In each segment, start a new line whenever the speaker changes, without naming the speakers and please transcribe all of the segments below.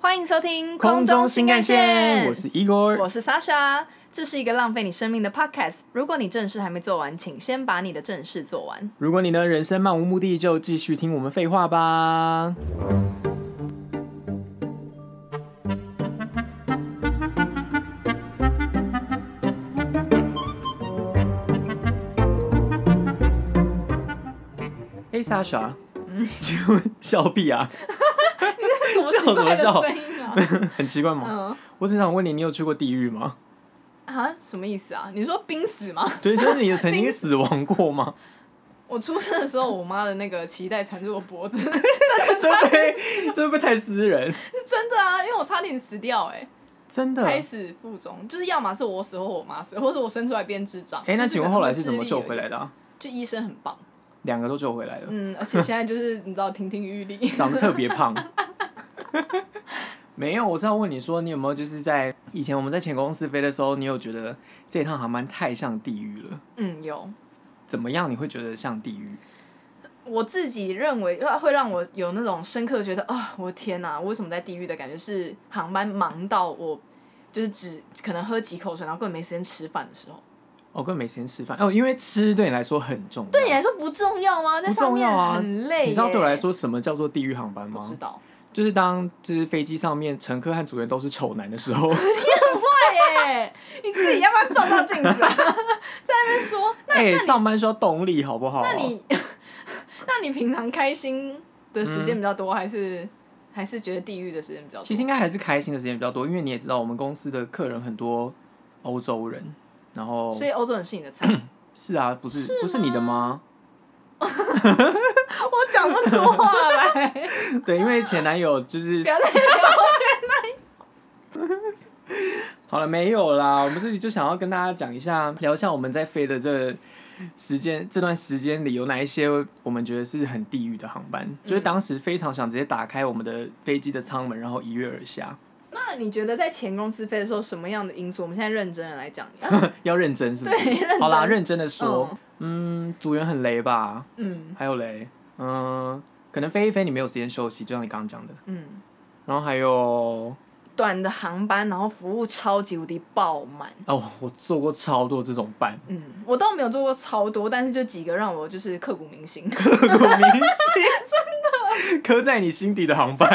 欢迎收听
空中新干线，我是 Igor，
我是 Sasha，这是一个浪费你生命的 podcast。如果你正事还没做完，请先把你的正事做完。
如果你的人生漫无目的，就继续听我们废话吧。哎、s a s h a 请问笑屁啊，
什么奇怪的
笑什么笑
声音 啊？
很奇怪吗？
嗯，
我只想问你，你有去过地狱吗？
啊，什么意思啊？你说濒死吗？
对，就是 你曾经死亡过吗？
我出生的时候，我妈的那个脐带缠住我脖 子，
这会不会这会不会太私人？
是真的啊，因为我差点死掉哎、
真的？啊
开始腹中，就是要么是我死或我妈死，或是我生出来变智障。
哎、那请问后来是怎么救回
来？
来的、啊？
就医生很棒，
两个都救回来了，
嗯，而且现在就是你知道亭亭玉立。
长得特别胖。 没有，我是要问你说，你有没有就是在以前我们在前公司飞的时候，你有觉得这趟航班太像地狱了？
嗯，有。
怎么样？你会觉得像地狱？
我自己认为让会让我有那种深刻觉得啊、我的天哪、我为什么在地狱的感觉？是航班忙到我就是只可能喝几口水，然后根本没时间吃饭的时候。
哦，根本没时间吃饭哦，因为吃对你来说很重要。
对你来说不重要吗？在
不
上
重
面
要啊，
很累、
你知道对我来，说什么叫做地狱航班
不知
吗？
道。
就是当就是飞机上面乘客和组员都是丑男的时候，
坏耶！你自己要不要照照镜 子、啊？在那边说， 那
哎、上班需要动力好不好？
那你， 那你平常开心的时间比较多，还是还是觉得地狱的时间比较多？
其实应该还是开心的时间比较多，因为你也知道，我们公司的客人很多欧洲人，然后
所以欧洲人是你的 菜，
是啊，不是不是你 的吗？
我讲不出话来。
对，因为前男友就是
不要再聊。
好了，没有啦，我们这里就想要跟大家讲一下，聊一下我们在飞的这时间这段时间里有哪一些我们觉得是很地狱的航班，
嗯
就是当时非常想直接打开我们的飞机的舱门，然后一跃而下。
那你觉得在前公司飞的时候，什么样的因素？我们现在认真的来讲，
要认真是不
对认真
是？好啦，认真的说，嗯，组员很雷吧？
嗯
还有嘞，嗯，可能飞一飞你没有时间休息，就像你刚刚讲的。
嗯，
然后还有
短的航班，然后服务超级无敌爆满。
哦，我做过超多这种 班，
嗯，我倒没有做过超多，但是就几个让我就是刻骨铭 心。
刻骨铭心，真的刻在你心底的航班。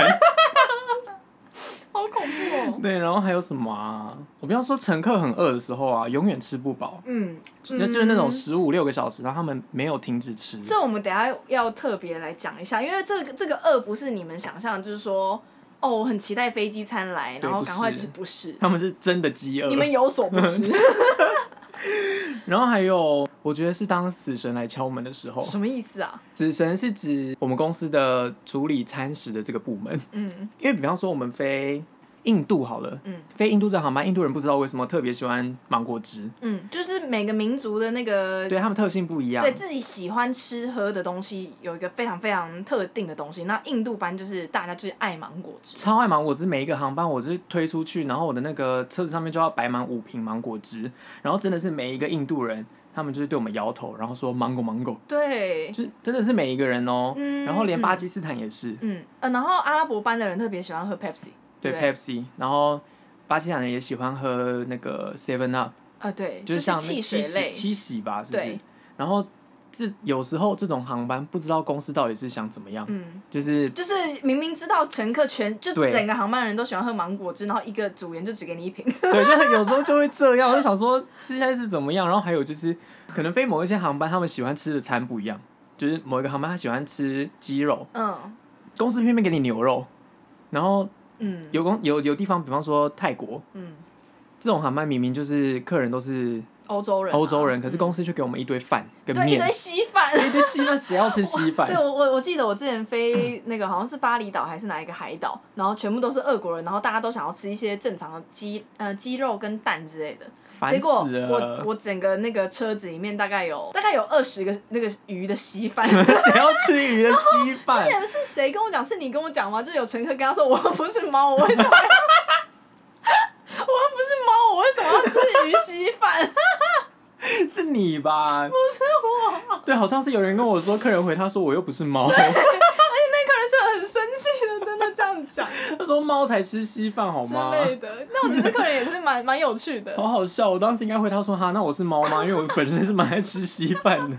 好恐怖哦！
对，然后还有什么啊？我不要说乘客很饿的时候啊，永远吃不饱，
嗯，
就就是那种
嗯
十五六个小时，然后他们没有停止吃。
这我们等一下要特别来讲一下，因为这个这个饿不是你们想象的，就是说哦，我很期待飞机餐来，
对
然后赶快
不是
吃，不 是？
他们是真的饥饿
你，们有所不 知，
然后还有，我觉得是当死神来敲门的时候，
什么意思啊？
死神是指我们公司的处理餐食的这个部门，
嗯
因为比方说我们飞印度好了，
嗯
飞印度这航班，印度人不知道为什么特别喜欢芒果汁，
嗯，就是每个民族的那个
对他们特性不一样。
对自己喜欢吃喝的东西有一个非常非常特定的东西。那印度班就是大家就是爱芒果汁，
超爱芒果汁，每一个航班我就是推出去，然后我的那个车子上面就要摆满五瓶芒果汁，然后真的是每一个印度人，他们就是对我们摇头，然后说芒果芒果，
对，
就是真的是每一个人哦、
哎嗯
然后连巴基斯坦也是，
嗯呃，然后阿拉伯班的人特别喜欢喝 Pepsi，
对
对
Pepsi，然后巴基斯坦人也喜欢喝那个 Seven Up，
啊对，
就是像那
汽水
七喜
类，
七喜吧，是不
对
是？然后这有时候这种航班不知道公司到底是想怎么样，
嗯。
就是
就是明明知道乘客全就
对
整个航班的人都喜欢喝芒果汁，然后一个组员就只给你一瓶，
对，就是有时候就会这样，我就 想说现在是怎么样。然后还有就是，可能飞某一些航班，他们喜欢吃的餐不一样，就是某一个航班他喜欢吃鸡肉，
嗯
公司偏偏给你牛肉。然后
嗯
有公有有地方，比方说泰国
嗯，
这种航班，明明就是客人都是
欧洲人啊、
欧洲人，可是
嗯
公司却给我们一堆饭跟
对一
面，
堆稀饭。
一堆稀饭，谁要吃稀饭
对？我我我记得我之前飞那个好像是巴厘岛还是哪一个海岛，然后全部都是俄国人，然后大家都想要吃一些正常的鸡呃鸡肉跟蛋之类的。
烦
结
死
果我
了！
我整个那个车子里面大概有大概有二十个那个鱼的稀饭。
谁要吃鱼的稀饭？
那是谁跟我讲？是你跟我讲吗？就有乘客跟他说：“我又不是猫，我为什么要？我又不是猫，我为什么要吃鱼稀饭？
是你吧？
不是我。” 哎
对，好 像是有人跟我说，客人回他说我又不是猫。
那个人是很生气的，真的这样样讲
他说猫才吃稀饭好
之
吗？哦
类 的。那我觉得这客人也是蛮蛮有趣的。
好好笑！我当时应该回他说哈，那我是猫吗？因 为我本身是蛮爱吃稀饭的。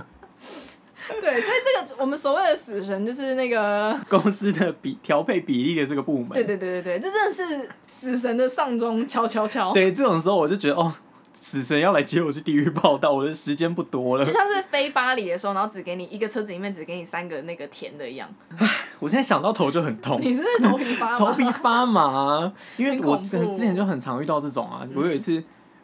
对，所以这个我们所谓的死神就是那个，
公司的比调配比例的这个部门，
对对对对对，这真的是死神的丧钟敲敲敲。
对这种时候我就觉得哦，死神要来接我去地狱报道，我的时间不多了
就。像是飞巴黎的时候，然后只给你一个车子里面只给你三个那个甜的一样，
我现在想到头就很痛，
你是不是头皮发麻？
哦头皮发麻， 因为
很
我
恐
之
怖
之前就很常遇到这种啊。我有一次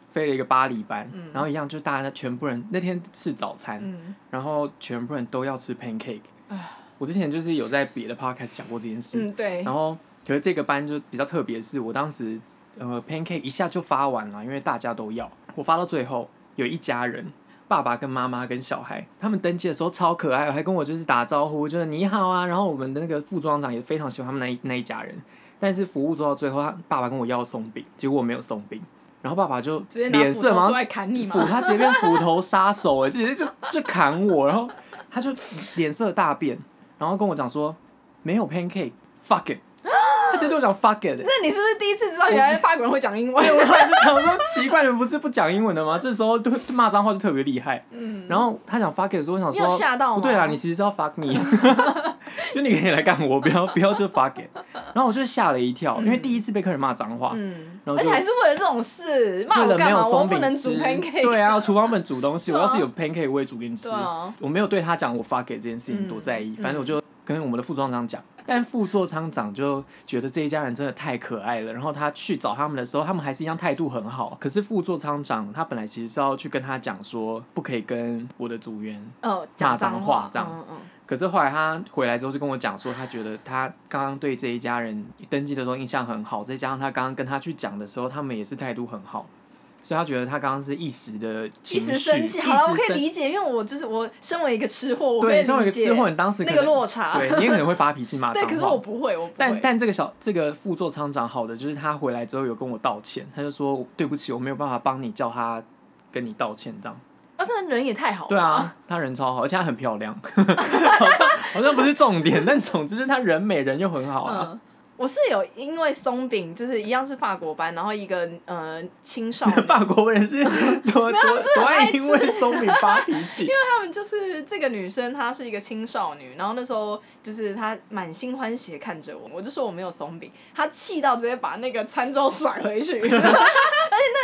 飞了一个巴黎班，
嗯
然后一样就大家全部人那天吃早餐，
嗯，
然后全部人都要吃 pancake
唉。
我之前就是有在别的 podcast 讲过这件事，
嗯，对
然，后，可是这个班就比较特别，是我当时呃 pancake 一下就发完了，因为大家都要。我发到最后，有一家人，爸爸跟妈妈跟小孩，他们登记的时候超可爱，还跟我就是打招呼，就是你好啊。然后我们的那个副庄长也非常喜欢他们那一那一家人，但是服务做到最后，他爸爸跟我要送饼，结果我没有送饼，然后爸爸就
直接拿
脸
斧
色
头
马
出
上
来砍你
斧
嘛。
他直接变斧头杀手哎、直接就就砍我，然后他就脸色大变，然后跟我讲说没有 pancake，fuck it，他直接对我讲 fuck it，欸
那你是不是第一次知道原来法国人会讲 英文？
我后来就想说奇怪，你们不是不讲英文的吗？这时候就骂脏话就特别厉害。
嗯，
然后他讲 fuck it 的时候，我想
你有
说
吓到吗
不对啊，你其实是要 fuck me，就你可以来干我，不要不要就 fuck it。然后我就吓了一跳，因为第一次被客人骂脏话，
嗯，
然后就
而且还是为了这种事骂
为
我
了没
干
有
嘛？我又
松
不
饼
能煮
吃
pancake。
对啊，厨房本煮东西，我
对啊
要 是有 pancake 我也煮给你吃
对啊。
我没有对他讲我发给这件事情多在意，
嗯
反正我就跟我们的副庄长讲。但副座仓长就觉得这一家人真的太可爱了，然后他去找他们的时候，他们还是一样态度很好。可是副座仓长他本来其实是要去跟他讲说，不可以跟我的组员
哦，
骂
讲
脏
脏
话这样
嗯嗯
可是后来他回来之后就跟我讲说，他觉得他刚刚对这一家人登记的时候印象很好，再加上他刚刚跟他去讲的时候，他们也是态度很好，所以他觉得他刚刚是一时的
一
情绪，
时生气，好
一时
了，我可以
生
理解，因为我就是我身为一个吃货，我可以
对，
理
身为一个
解
吃货，你当时可
那
能
个落差。
对你也可能会发脾气骂脏
对，
话。
可是我不会，我不会
但但这个小这个副座舱长好的就是他回来之后有跟我道歉，他就说对不起，我没有办法帮你叫他跟你道歉这样。
啊，但人也太好了。
对，啊，她人超好，而且她很漂亮， 好像好像不是重点，但总之就是她人美人又很 好啊。
嗯，我是有因为松饼就是一样是法国班，然后一个呃青少年，
法国人是 多多多爱因为松饼发脾气，
他们就是这个女生，她是一个青少女，然后那时候就是她满心欢喜的看着我，我就说我没有松饼，她气到直接把那个餐桌甩回去，而且 那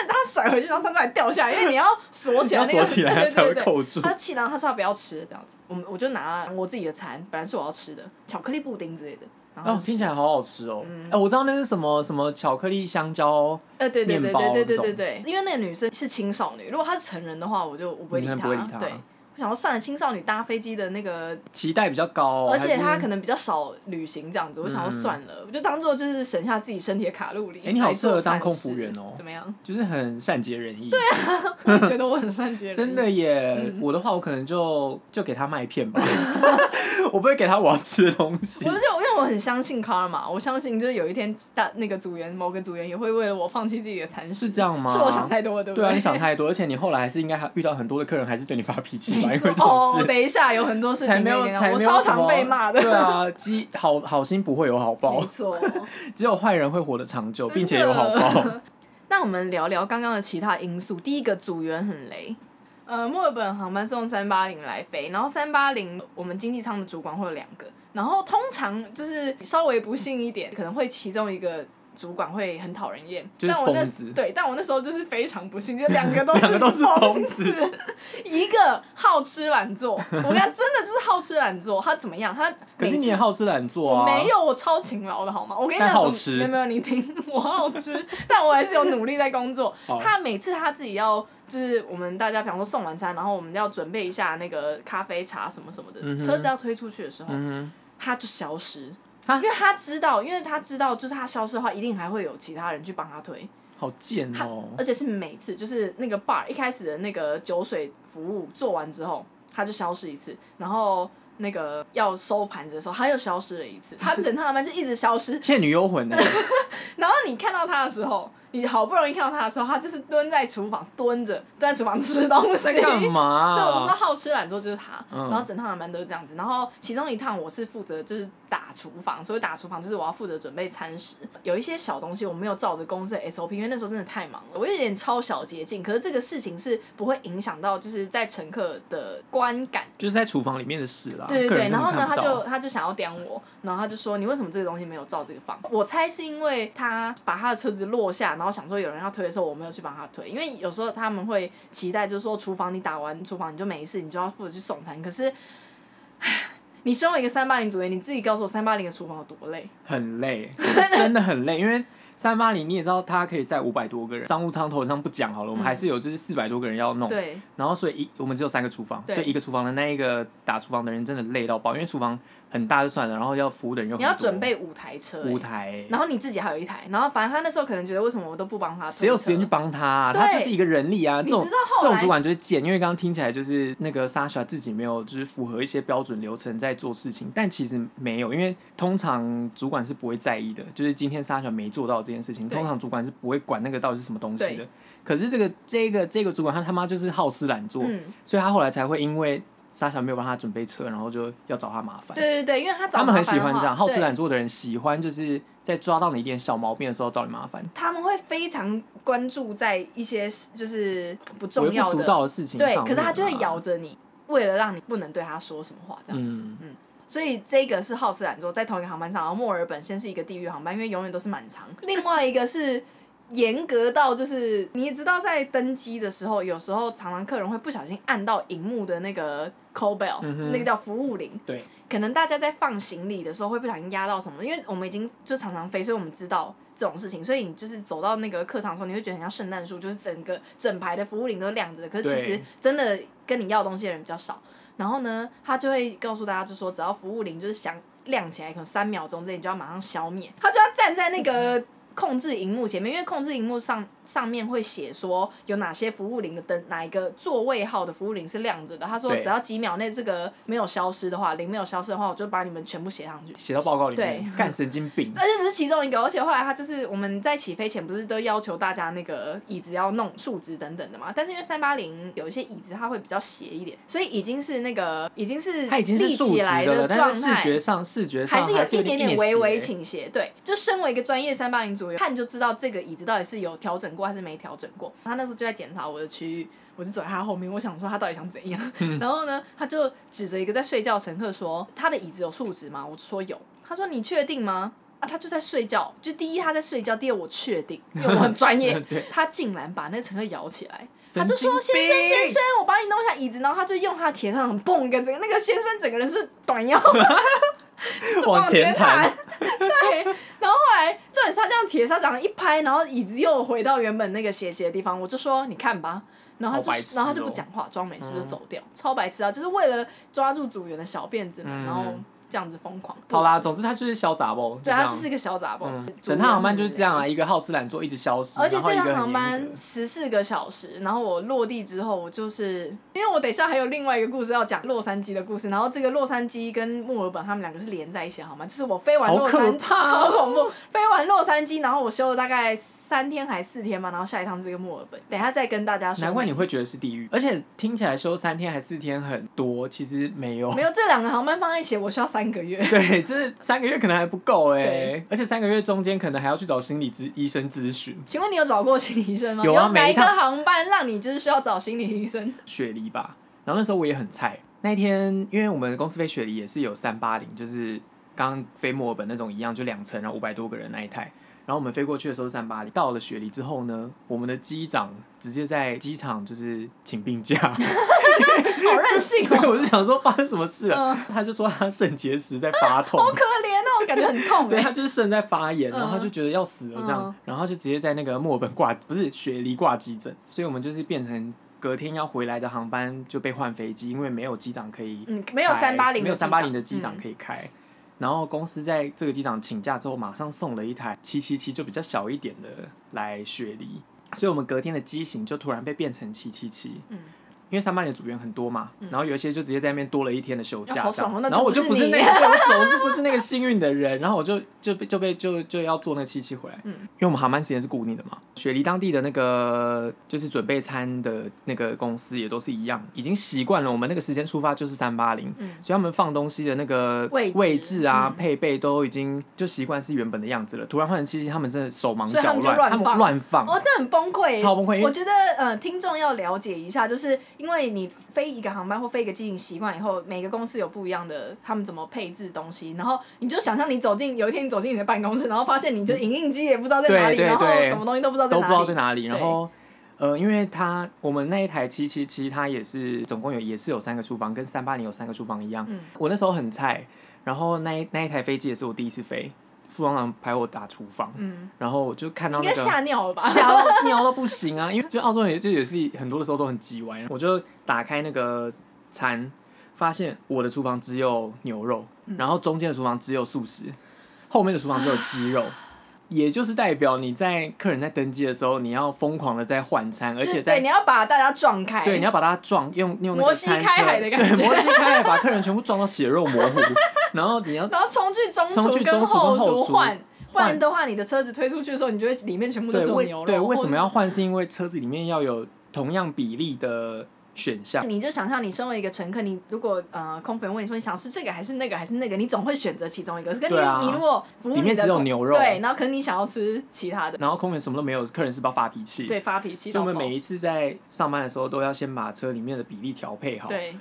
她甩回去，然后餐桌还掉下来，因为你要锁起来
要
那个，
锁起来
对嗯
它
对
才会
对对
扣住。
他气，然后他说他不要吃这样子，我们我就拿我自己的餐，本来是我要吃的巧克力布丁之类的，然后
哦
就，吃、
听起来好好吃哦！
嗯
哎、我知道那是什么什么巧克力香蕉，
呃对对对
面包
对对对
这
对
种
对，因为那个女生是青少女，如果她是成人的话，我就我不会理
你
她，
可能不会理她
对。我想说，算了，青少女搭飞机的那个，
期待比较高、哦，
而且她
还是
可能比较少旅行这样子，我想说
嗯
算了，我就当做就是省下自己身体的卡路里。
哎你好
来做
适合当
善
空服
事
员哦
怎么样？
就是很善解人意。对、
啊我也觉得我很善解人意。
真的耶！
嗯
我的话，我可能就就给他麦片吧， 我不会给他我要吃的东西
我。就因为我很相信 karma，我相信就是有一天大那个组员某个组员也会为了我放弃自己的餐食，
是这样吗
是我想太 多了，对不
对啊，你
对？
想太多，而且你后来还是应该还遇到很多的客人，还是对你发脾气吧，因为这
哦
种，事
等一下，有很多事情
才没有
跟你讲
才
我
没有
超
什
常
么
被骂的。
对啊，鸡好好心不会有好报，
错。
只有坏人会活得长
真
久，
的
并且有好 报。
那我们聊聊刚刚的其他因素。第一个组员很雷，呃，墨尔本航班是用三八零来飞，然后三八零我们经济舱的主管会有两个，然后通常就是稍微不幸一点，可能会其中一个。主管会很讨人厌，
就是
但我那
疯子
对，但我那时候就是非常不幸，就两个都是
两个都是疯
子，一个好吃懒做，我跟他真的就是好吃懒做，他怎么样？他
可是
每
你
次
也好吃懒做
我
啊，
没有，我超勤劳的好吗？我跟你讲
但
什么，
好吃
没有没有，你听， 我好吃，但我还是有努力在工作
好。
他每次他自己要，就是我们大家，比方说送完餐，然后我们要准备一下那个咖啡、茶什么什么的，
嗯哼
车子要推出去的时候，
嗯
他就消失。
啊
因为他知道，因为他知道，就是他消失的话，一定还会有其他人去帮他推，
哼，好贱
他
哦。
而且是每次，就是那个 bar 一开始的那个酒水服务做完之后，他就消失一次，然后那个要收盘子的时候，他又消失了一次，他整趟班就一直消失，
倩女幽魂呢？欸
然后你看到他的时候，你你好不容易看到他的时候，他就是蹲在厨房蹲着，蹲在厨房吃东西。
在干嘛、啊
所以我就说好吃懒做就是他，
嗯
然后整趟航班都是这样子。然后其中一趟我是负责就是打厨房，所以打厨房就是我要负责准备餐食，有一些小东西我没有照着公司的 SOP，因为那时候真的太忙了，我有点超小捷径。可是这个事情是不会影响到就是在乘客的观感。
就是在厨房里面的事啦。
对对
啊个
对，
人
然
根
后
本
呢，他
看不到
就他就想要刁我，然后他就说你为什么这个东西没有照这个放？我猜是因为他把他的车子落下，然后想说有人要推的时候，我没有去帮他推，因为有时候他们会期待就是说厨房你打完厨房你就没事，你就要负责去送餐。可是，唉你身为一个三八零组员，你自己告诉我三八零的厨房有多累？
很 累，真的很累，因为。三八零，你也知道，它可以载五百多个人。商务舱头上不讲好了，我
嗯
们还是有就是四百多个人要弄。
对，
然后所以一我们只有三个厨房，
对
所以一个厨房的那一个打厨房的人真的累到爆，因为厨房很大就算了，然后要服务的人又
你
很多
要准备五台车、欸
舞台，
然后你自己还有一台，然后反正他那时候可能觉得为什么我都不帮他推车，
谁有时间去帮他、啊？
对
他就是一个人力啊，
你
这
知道
种
后
这种
来
主管就是贱，因为刚刚听起来就是那个 Sasha 自己没有就是符合一些标准流程在做事情，但其实没有，因为通常主管是不会在意的，就是今天 Sasha 没做到这件事情，
对
通常主管是不会管那个到底是什么东西的
对。
可是这个这个这个主管他他妈就是好吃懒做，
嗯，
所以他后来才会因为 Sasha 没有帮他准备车，然后就要找他麻烦。
对对对，因为他找
他们很
麻烦
喜
的
欢
话
这样，好吃
对
懒做的人喜欢就是在抓到你一点小毛病的时候找你麻烦。
他们会非常关注在一些就是不
微
重
不
要
足
的，
道的事情上
对，
面啊
可是他就会咬着你，为了让你不能对他说什么话这样子。
嗯，
所以这个是好吃懒做，在同一个航班上，然后墨尔本先是一个地狱航班，因为永远都是满长。另外一个是。严格到就是，你也知道，在登机的时候，有时候常常客人会不小心按到荧幕的那个 call bell，、
嗯哼
那个叫服务铃，
对，
可能大家在放行李的时候会不小心压到什么，因为我们已经就常常飞，所以我们知道这种事情，所以你就是走到那个客舱的时候，你会觉得很像圣诞树，就是整个整排的服务铃都亮着的，可是其实
对
真的跟你要东西的人比较少。然后呢，他就会告诉大家，就说只要服务铃就是响亮起来，可能三秒钟之内你就要马上消灭，他就要站在那个。控制荧幕前面，因为控制荧幕上上面会写说有哪些服务铃的灯，哪一个座位号的服务铃是亮着的。他说
对
只要几秒内这个没有消失的话，铃没有消失的话，我就把你们全部写上去。
写到报告里面，
对
干神经 病。
这只是其中一个，而且后来他就是我们在起飞前不是都要求大家那个椅子要弄竖直等等的嘛，但是因为三八零有一些椅子它会比较斜一点，所以已经是那个已经是
它已经是
立
竖
起
直
来
了，但
状
是视
态，
觉上，视觉上
还是有
有
一点
点欸
微微
倾。
倾斜。对，就身为一个专业三八零组员，看就知道这个椅子到底是有调整过还是没调整过。他那时候就在检查我的区域，我就走在他后面，我想说他到底想怎样。然后呢，他就指着一个在睡觉乘客说：“他的椅子有竖直吗？”我说有。他说：“你确定吗？”啊，他就在睡觉。就第一他在睡觉，第二我确定，因为我很专业
对。
他竟然把那个乘客摇起来，
神
他就说：“
经
先
病
生，先生，我把你弄下椅子。”然后他就用他的铁上很蹦，跟整个那个先生整个人是短腰
往前弹，。
对，然后后来重点是他这样铁砂掌一拍，然后椅子又回到原本那个斜斜的地方，我就说你看吧。然后他就
好白痴，
然后他
哦
就不讲话，装没事就
嗯
走掉，超白痴啊！就是为了抓住组员的小辫子们，
嗯
然后这样子疯狂。
好，啦，总之他就是潇洒不？
对
这
他
样
就是一个小杂包
嗯，
组员
整趟航班就是
很
这样啊，一个好吃懒做一直消失，
而且
然后
这
一个
趟
很
航班
严格
十四个小时，然后我落地之后，我就是因为我等一下还有另外一个故事要讲洛杉矶的故事，然后这个洛杉矶跟墨尔本他们两个是连在一起的航班，就是我飞完
好
洛杉
可
矶，
怕 哦
超恐怖，飞完洛杉矶，然后我休了大概三天还四天嘛，然后下一趟这个墨尔本，等一下再跟大家说。
难怪你会觉得是地狱，而且听起来休三天还四天很多，其实没有
没。有这两个航班放在一起，我需要三个月。
对，这三个月可能还不够哎、
对
而且三个月中间可能还要去找心理咨医生咨询，
请问你有找过心理医生吗？
有啊
哪
每
一
一
个
趟
航班让你就是需要找心理医生？
雪梨吧。然后那时候我也很菜，那一天因为我们公司飞雪梨也是有三八零，就是刚刚飞墨尔本那种一样，就两层，然后五百多个人那一台。然后我们飞过去的时候是三八零，到了雪梨之后呢，我们的机长直接在机场就是请病假，
好任性
所以
哦，
我就想说发生什么事了，
嗯
他就说他肾结石在发痛，
好可怜哦，感觉很痛
对啊
哎。
他就是肾在发炎，然后他
嗯
就觉得要死了这样，
嗯
然后他就直接在那个墨尔本挂，不是雪梨挂急诊，所以我们就是变成隔天要回来的航班就被换飞机，因为没有机长可以开，
嗯没有380的
没有
机长
三八零的机长
嗯
可以开。然后公司在这个机场请假之后，马上送了一台七七七，就比较小一点的来雪梨，所以我们隔天的机型就突然被变成七七七。
嗯
因为三八年组员很多嘛，然后有一些就直接在那边多了一天的休假，
哦嗯好爽哦
这样
那就
然后我就
不
不
是
是
你
那个，我总是不是那个幸运的人，然后我就就被就被就就要坐那七七回来，
嗯
因为我们航班时间是固定的嘛，雪梨当地的那个就是准备餐的那个公司也都是一样，已经习惯了我们那个时间出发就是三八零，
嗯
所以他们放东西的那个
位置
位置啊、
嗯
配备都已经就习惯是原本的样子了，突然换成七七，他们真的手忙
所以他
脚
们就
乱，
乱
他
放
们乱放，
哦，这很崩溃，
超崩溃因为
我觉得，呃，听众要了解一下，就是因为你飞一个航班或飞一个机型习惯以后，每个公司有不一样的他们怎么配置东西，然后你就想象你走进有一天你走进你的办公室，然后发现你就影印机也不知道在哪里，
对对
然后
对
什么东西都不知道在
都
哪
不
里，
知道在哪里。然
对
后，呃，因为它我们那一台七七七，它也是总共有也是有三个厨房，跟三八零有三个厨房一样。
嗯
我那时候很菜，然后那一那一台飞机也是我第一次飞，副航长排我打厨房，
嗯，
然后我就看到
应
那
该
个
吓尿了吧？
吓到尿到不行啊！因为就澳洲人也就也是很多的时候都很叽歪，我就打开那个餐，发现我的厨房只有牛肉，
嗯
然后中间的厨房只有素食，后面的厨房只有鸡 肉。也就是代表你在客人在登机的时候，你要疯狂的在换餐，而
就
且
是
在
对，你要把大家撞开，
对，你要把它撞用用那
摩
个
西
餐车
开海的感觉
对，摩西开海把客人全部撞到血肉模糊，然后 你要
然后冲去中
冲去
厨跟
中厨跟
后
后
厨
厨
换，不然
换
的话你的车子推出去的时候，你就会里面全部都
对
只有
为
牛肉，
对为
或
什么要换？是因为车子里面要有同样比例的选项，
你就想象你身为一个乘客，你如果呃空服员问你说你想吃这个还是那个还是那个，你总会选择其中一个。可是你、
对啊
你如果服务你的
里面只有
空
牛肉
对，然后可能你想要吃其他的，
然后空员什么都没有，客人是不是要发脾气。
对，，发脾气
所以
到
我
爆。
们每一次在上班的时候，都要先把车里面的比例调配好。，
对，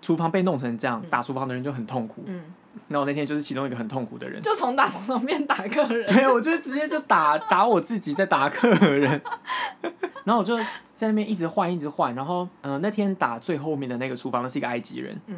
厨房被弄成这样，打厨房的人就很痛苦。
嗯，
那我那天就是其中一个很痛苦的人。
就从打旁边打客人，
对，我就直接就打打我自己，在打客人， 然后我就在那边一直换，一直换。然后，嗯、那天打最后面的那个厨房的是一个埃及人，
嗯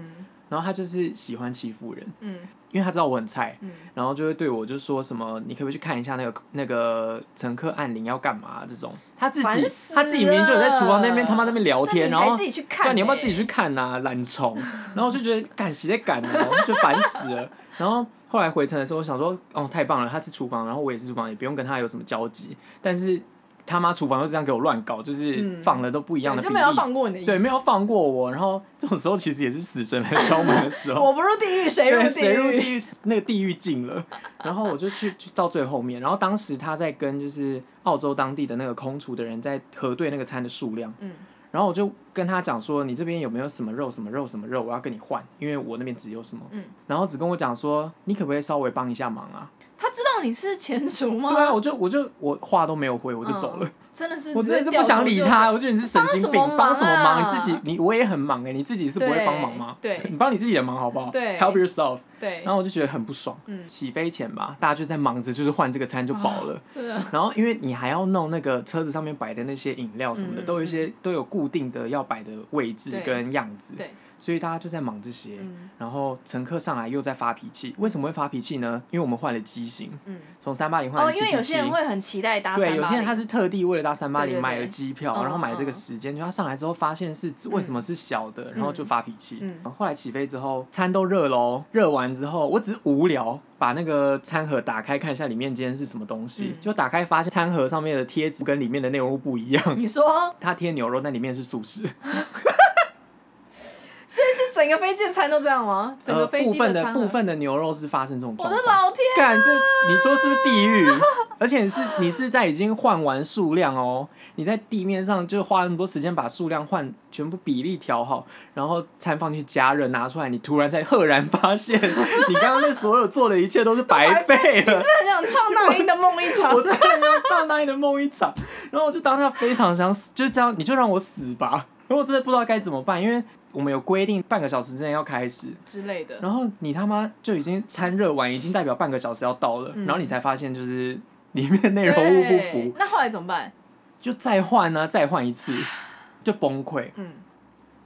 然后他就是喜欢欺负人，
嗯
因为他知道我很菜，
嗯，
然后就会对我就说什么，你可不可以去看一下那个那个乘客按铃要干嘛啊这种？他自
烦
己
死
他自己明明就有在厨房那边
了
他妈那边聊天，
那
然
你才
后
自己去看、
对，你要不要
欸
自己？去看呐、懒虫。然后我就觉得赶谁在赶呢、我就觉得烦死了。然后后来回程的时候，我想说，哦，太棒了，他是厨房，然后我也是厨房，也不用跟他有什么交集。但是他妈厨房又这样给我乱搞，就是
嗯
放了都不一样
对就
的比例，
没有要放过你的意思。
对，没有放过我。然后这种时候其实也是死神来敲门的时候，
我不入地狱，谁入
对，
地
谁入
狱？
地狱？那个地狱进了。然后我就去去到最后面，然后当时他在跟就是澳洲当地的那个空厨的人在核对那个餐的数量，
嗯
然后我就跟他讲说，你这边有没有什么肉什么肉什么肉，我要跟你换，因为我那边只有什么。
嗯
然后只跟我讲说，你可不可以稍微帮一下忙啊？
他知道你是前厨吗？
对啊，我就我就我话都没有回，我就走了。
哦嗯真的是，
我真的
是
是不想理他，，我觉得你是神经病，
帮
帮
什
什
么
么
忙啊
忙？你自己你我也很忙哎、你自己是不会帮忙吗？
对对
你帮你自己的忙好不好？
对
，Help yourself。
对，
然后我就觉得很不爽。
嗯啊
起飞前吧，大家就在忙着就是换这个餐就饱了。
真 的，
然后，因为你还要弄那个车子上面摆的那些饮料什么的，
嗯
都有一些都有固定的要摆的位置
对
跟样子，
对，
所以大家就在忙这些。
嗯
然后乘客上来又在发脾气，为什么会发脾气呢？因为我们换了机型，
嗯。
从三八零换
哦，
了
因
七
为
七
有
七
些。人会很期待搭
对，有些人
380
他是特地为了搭三八
对对
零买
对
了机票，
嗯
然后买这
嗯
个时间，就他上来之后发现是为什么是小的，然后就发脾气。
嗯
后来起飞之后，餐都热喽，热完之后，我只是无聊，把那个餐盒打开看一下里面今天是什么东西，
嗯
就打开发现餐盒上面的贴纸跟里面的内容物不一样，
你说，
它贴牛肉，但里面是素食。
所以是整个飞机的餐都这样吗？整个
呃
飞
部
机
分
餐
的
盒
部，分的牛肉是发生这种
我
状
的
况。
老天！
干这， 你说是不是地狱？而且是你是在已经换完数量哦，你在地面上就花那么多时间把数量换全部比例调好，然后餐放进去加热拿出来，你突然才赫然发现，你刚刚那所有做的一切都是白费了。
真的很想唱那英的梦一场
我，真的要唱那你的梦一场，然后我就当下非常想死，就这样你就让我死吧，然后我真的不知道该怎么办，因为我们有规定半个小时之内要开始，
之类的。
然后你他妈就已经餐热完，已经代表半个小时要到了，
嗯
然后你才发现就是里面内容物不
对
符，
那后来怎么办？
就再换啊，再换一次，就崩溃，
嗯，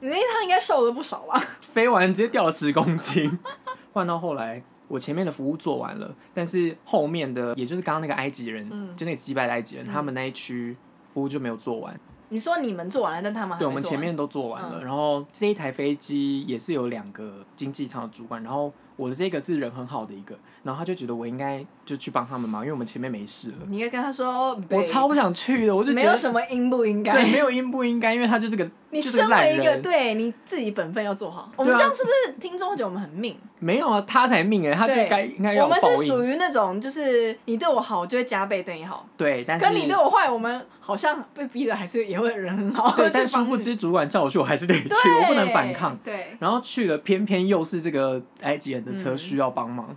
你那一趟应该瘦了不少吧？
飞完直接掉了十公斤。 换到后来，我前面的服务做完了，但是后面的，也就是刚刚那个埃及人，
嗯
就那个击败的埃及人，他们那一区服务就没有做完。
你说你们做完了，但他啊们还没
对，我们
做
前
完
面都做完了，
嗯
然后这一台飞机也是有两个经济舱的主管，然后我的这个是人很好的一个，然后他就觉得我应该就去帮他们忙，因为我们前面没事了，
你应该跟他说，
我超不想去的，我就觉
没有
得
什么应不应该
对，没有应不应该，因为他就是个
你 你
就是
身
烂
为一个
人
对你自己本分要做好。我
对
们
啊
这样是不是听众会觉得我们很命？
没有啊，他才命哎、他就
对
该应该要
我
有
们
报
是属
应。
于那种，就是你对我好，我就会加倍对你好；，
对，但是
跟你对我坏，我们好像被逼的还是也会人很好。
对，
去
但殊
帮
不
你
知主管叫我去，我还是得去，
对，
我不能反抗。
对，
然后去了，偏偏又是这个埃及人的
嗯
车需要帮忙。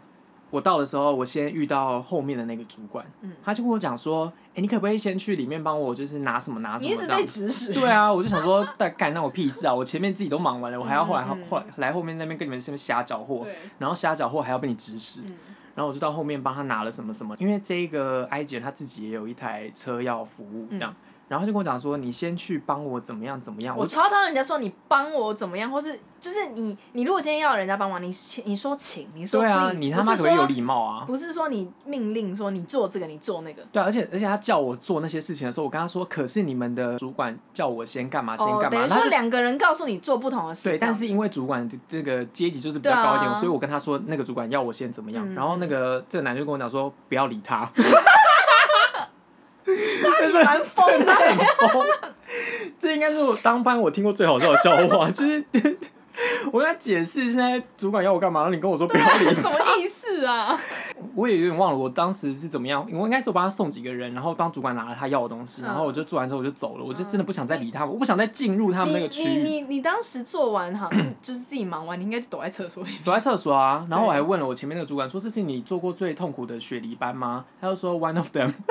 我到的时候，我先遇到后面的那个主管，
嗯
他就跟我讲说：“哎、你可不可以先去里面帮我，就是拿什么啊拿什
你
么
一直
这
被
样
指使。
对啊，我就想说，大干那我屁事啊！我前面自己都忙完了，我还要后来
嗯嗯
后来来后面那边跟你们这边瞎搅和，
对，
然后瞎搅和还要被你指使，
嗯
然后我就到后面帮他拿了什么什么，因为这个埃及人他自己也有一台车要服务
嗯
这样，然后他就跟我讲说，你先去帮我怎么样怎么样，
我
啊我
超讨厌人家说你帮我怎么样，或是就是你你如果今天要人家帮忙，你你说请，你说
对啊，
please，
你他
不
妈
是
可不可以有
说
礼貌啊？
不是说你命令说你做这个你做那个，
对啊、而且而且他叫我做那些事情的时候，我跟他说，可是你们的主管叫我先干嘛啊先
哦，
干
等
嘛，
于
然
说
后他就
两个人告诉你做不同的事，
对，
这
但
样
是因为主管这这个阶级就是比较高一点，
对啊
所以我跟他说那个主管要我先怎么样，
嗯
然后那个这个男的就跟我讲说不要理他，
啊你蛮疯的，
很疯。这应该是我当班我听过最好笑的笑话，就是 我跟他解释现在主管要我干嘛，然后你跟我说不要 理
什
他，
么意思啊？
我也有点忘了我当时是怎么样，我应该是我帮他送几个人，然后帮主管拿了他要的东西，
嗯
然后我就做完之后我就走了，我就真的不想再理他们，我不想再进入 他们
你
那个区
你
域。
你你当时做完哈，就是自己忙完，你应该就躲在厕所 里。
躲在厕所啊，然后我
对
还问了我前面那个主管说：“这是你做过最痛苦的雪梨班吗？”他就说：“One of them。”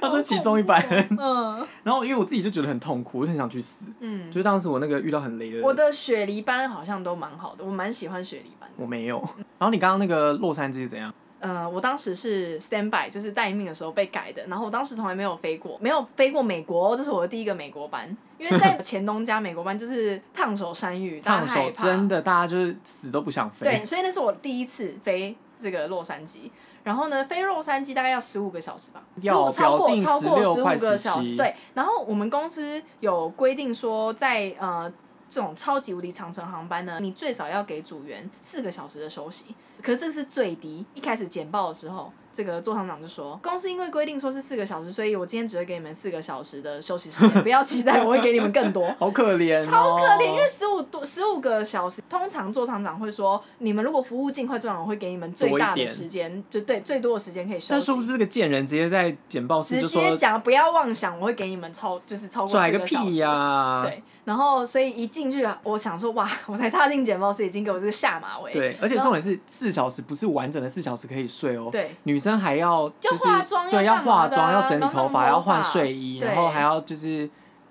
他说其中一班，
嗯
然后因为我自己就觉得很痛苦，我就很想去死。
嗯，
就是当时我那个遇到很雷的人，
我的雪梨班好像都蛮好的，我蛮喜欢雪梨班的。
我没有。然后你刚刚那个洛杉矶是怎样？
呃，我当时是 stand by，就是待命的时候被改的。然后我当时从来没有飞过，没有飞过美国哦，这是我的第一个美国班。因为在前东家美国班就是烫手山芋，大家
烫
害
手
怕
真的，大家就是死都不想飞
对，。所以那是我第一次飞这个洛杉矶。然后呢，飞洛杉矶大概要十五个小时吧，十
要
五超
表
过
定
超过
16
十五
快
个小
17
时。对，然后我们公司有规定说在，呃这种超级无敌长程航班呢，你最少要给组员四个小时的休息，可是这是最低。一开始简报的时候。这个座舱长就说，公司因为规定说是四个小时，所以我今天只会给你们四个小时的休息时间，不要期待我会给你们更多。
好可怜、哦，
超可怜，呃因为十五多十五个小时，通常做厂长会说，你们如果服务尽快做完，我会给你们最大
多一
的
点
时间，就对最多的时间可以休
但是
息
不。是这个贱人直接在简报室
直
就
接
说
讲不要妄想，我会给你们超就是超过
拽
四
个
小
屁
时。
呀、
对，然后所以一进去，我想说哇，我才踏进简报室，已经给我这个下马威。
对，而且
然
重
后
点是四小时不是完整的四小时可以睡哦。
对，
女生还要就是
要化妆
对，
要
要
干嘛
化
的
妆，
啊
要整理
然后
头
弄
发，
头
要换
发
睡衣，
对
然后还要就是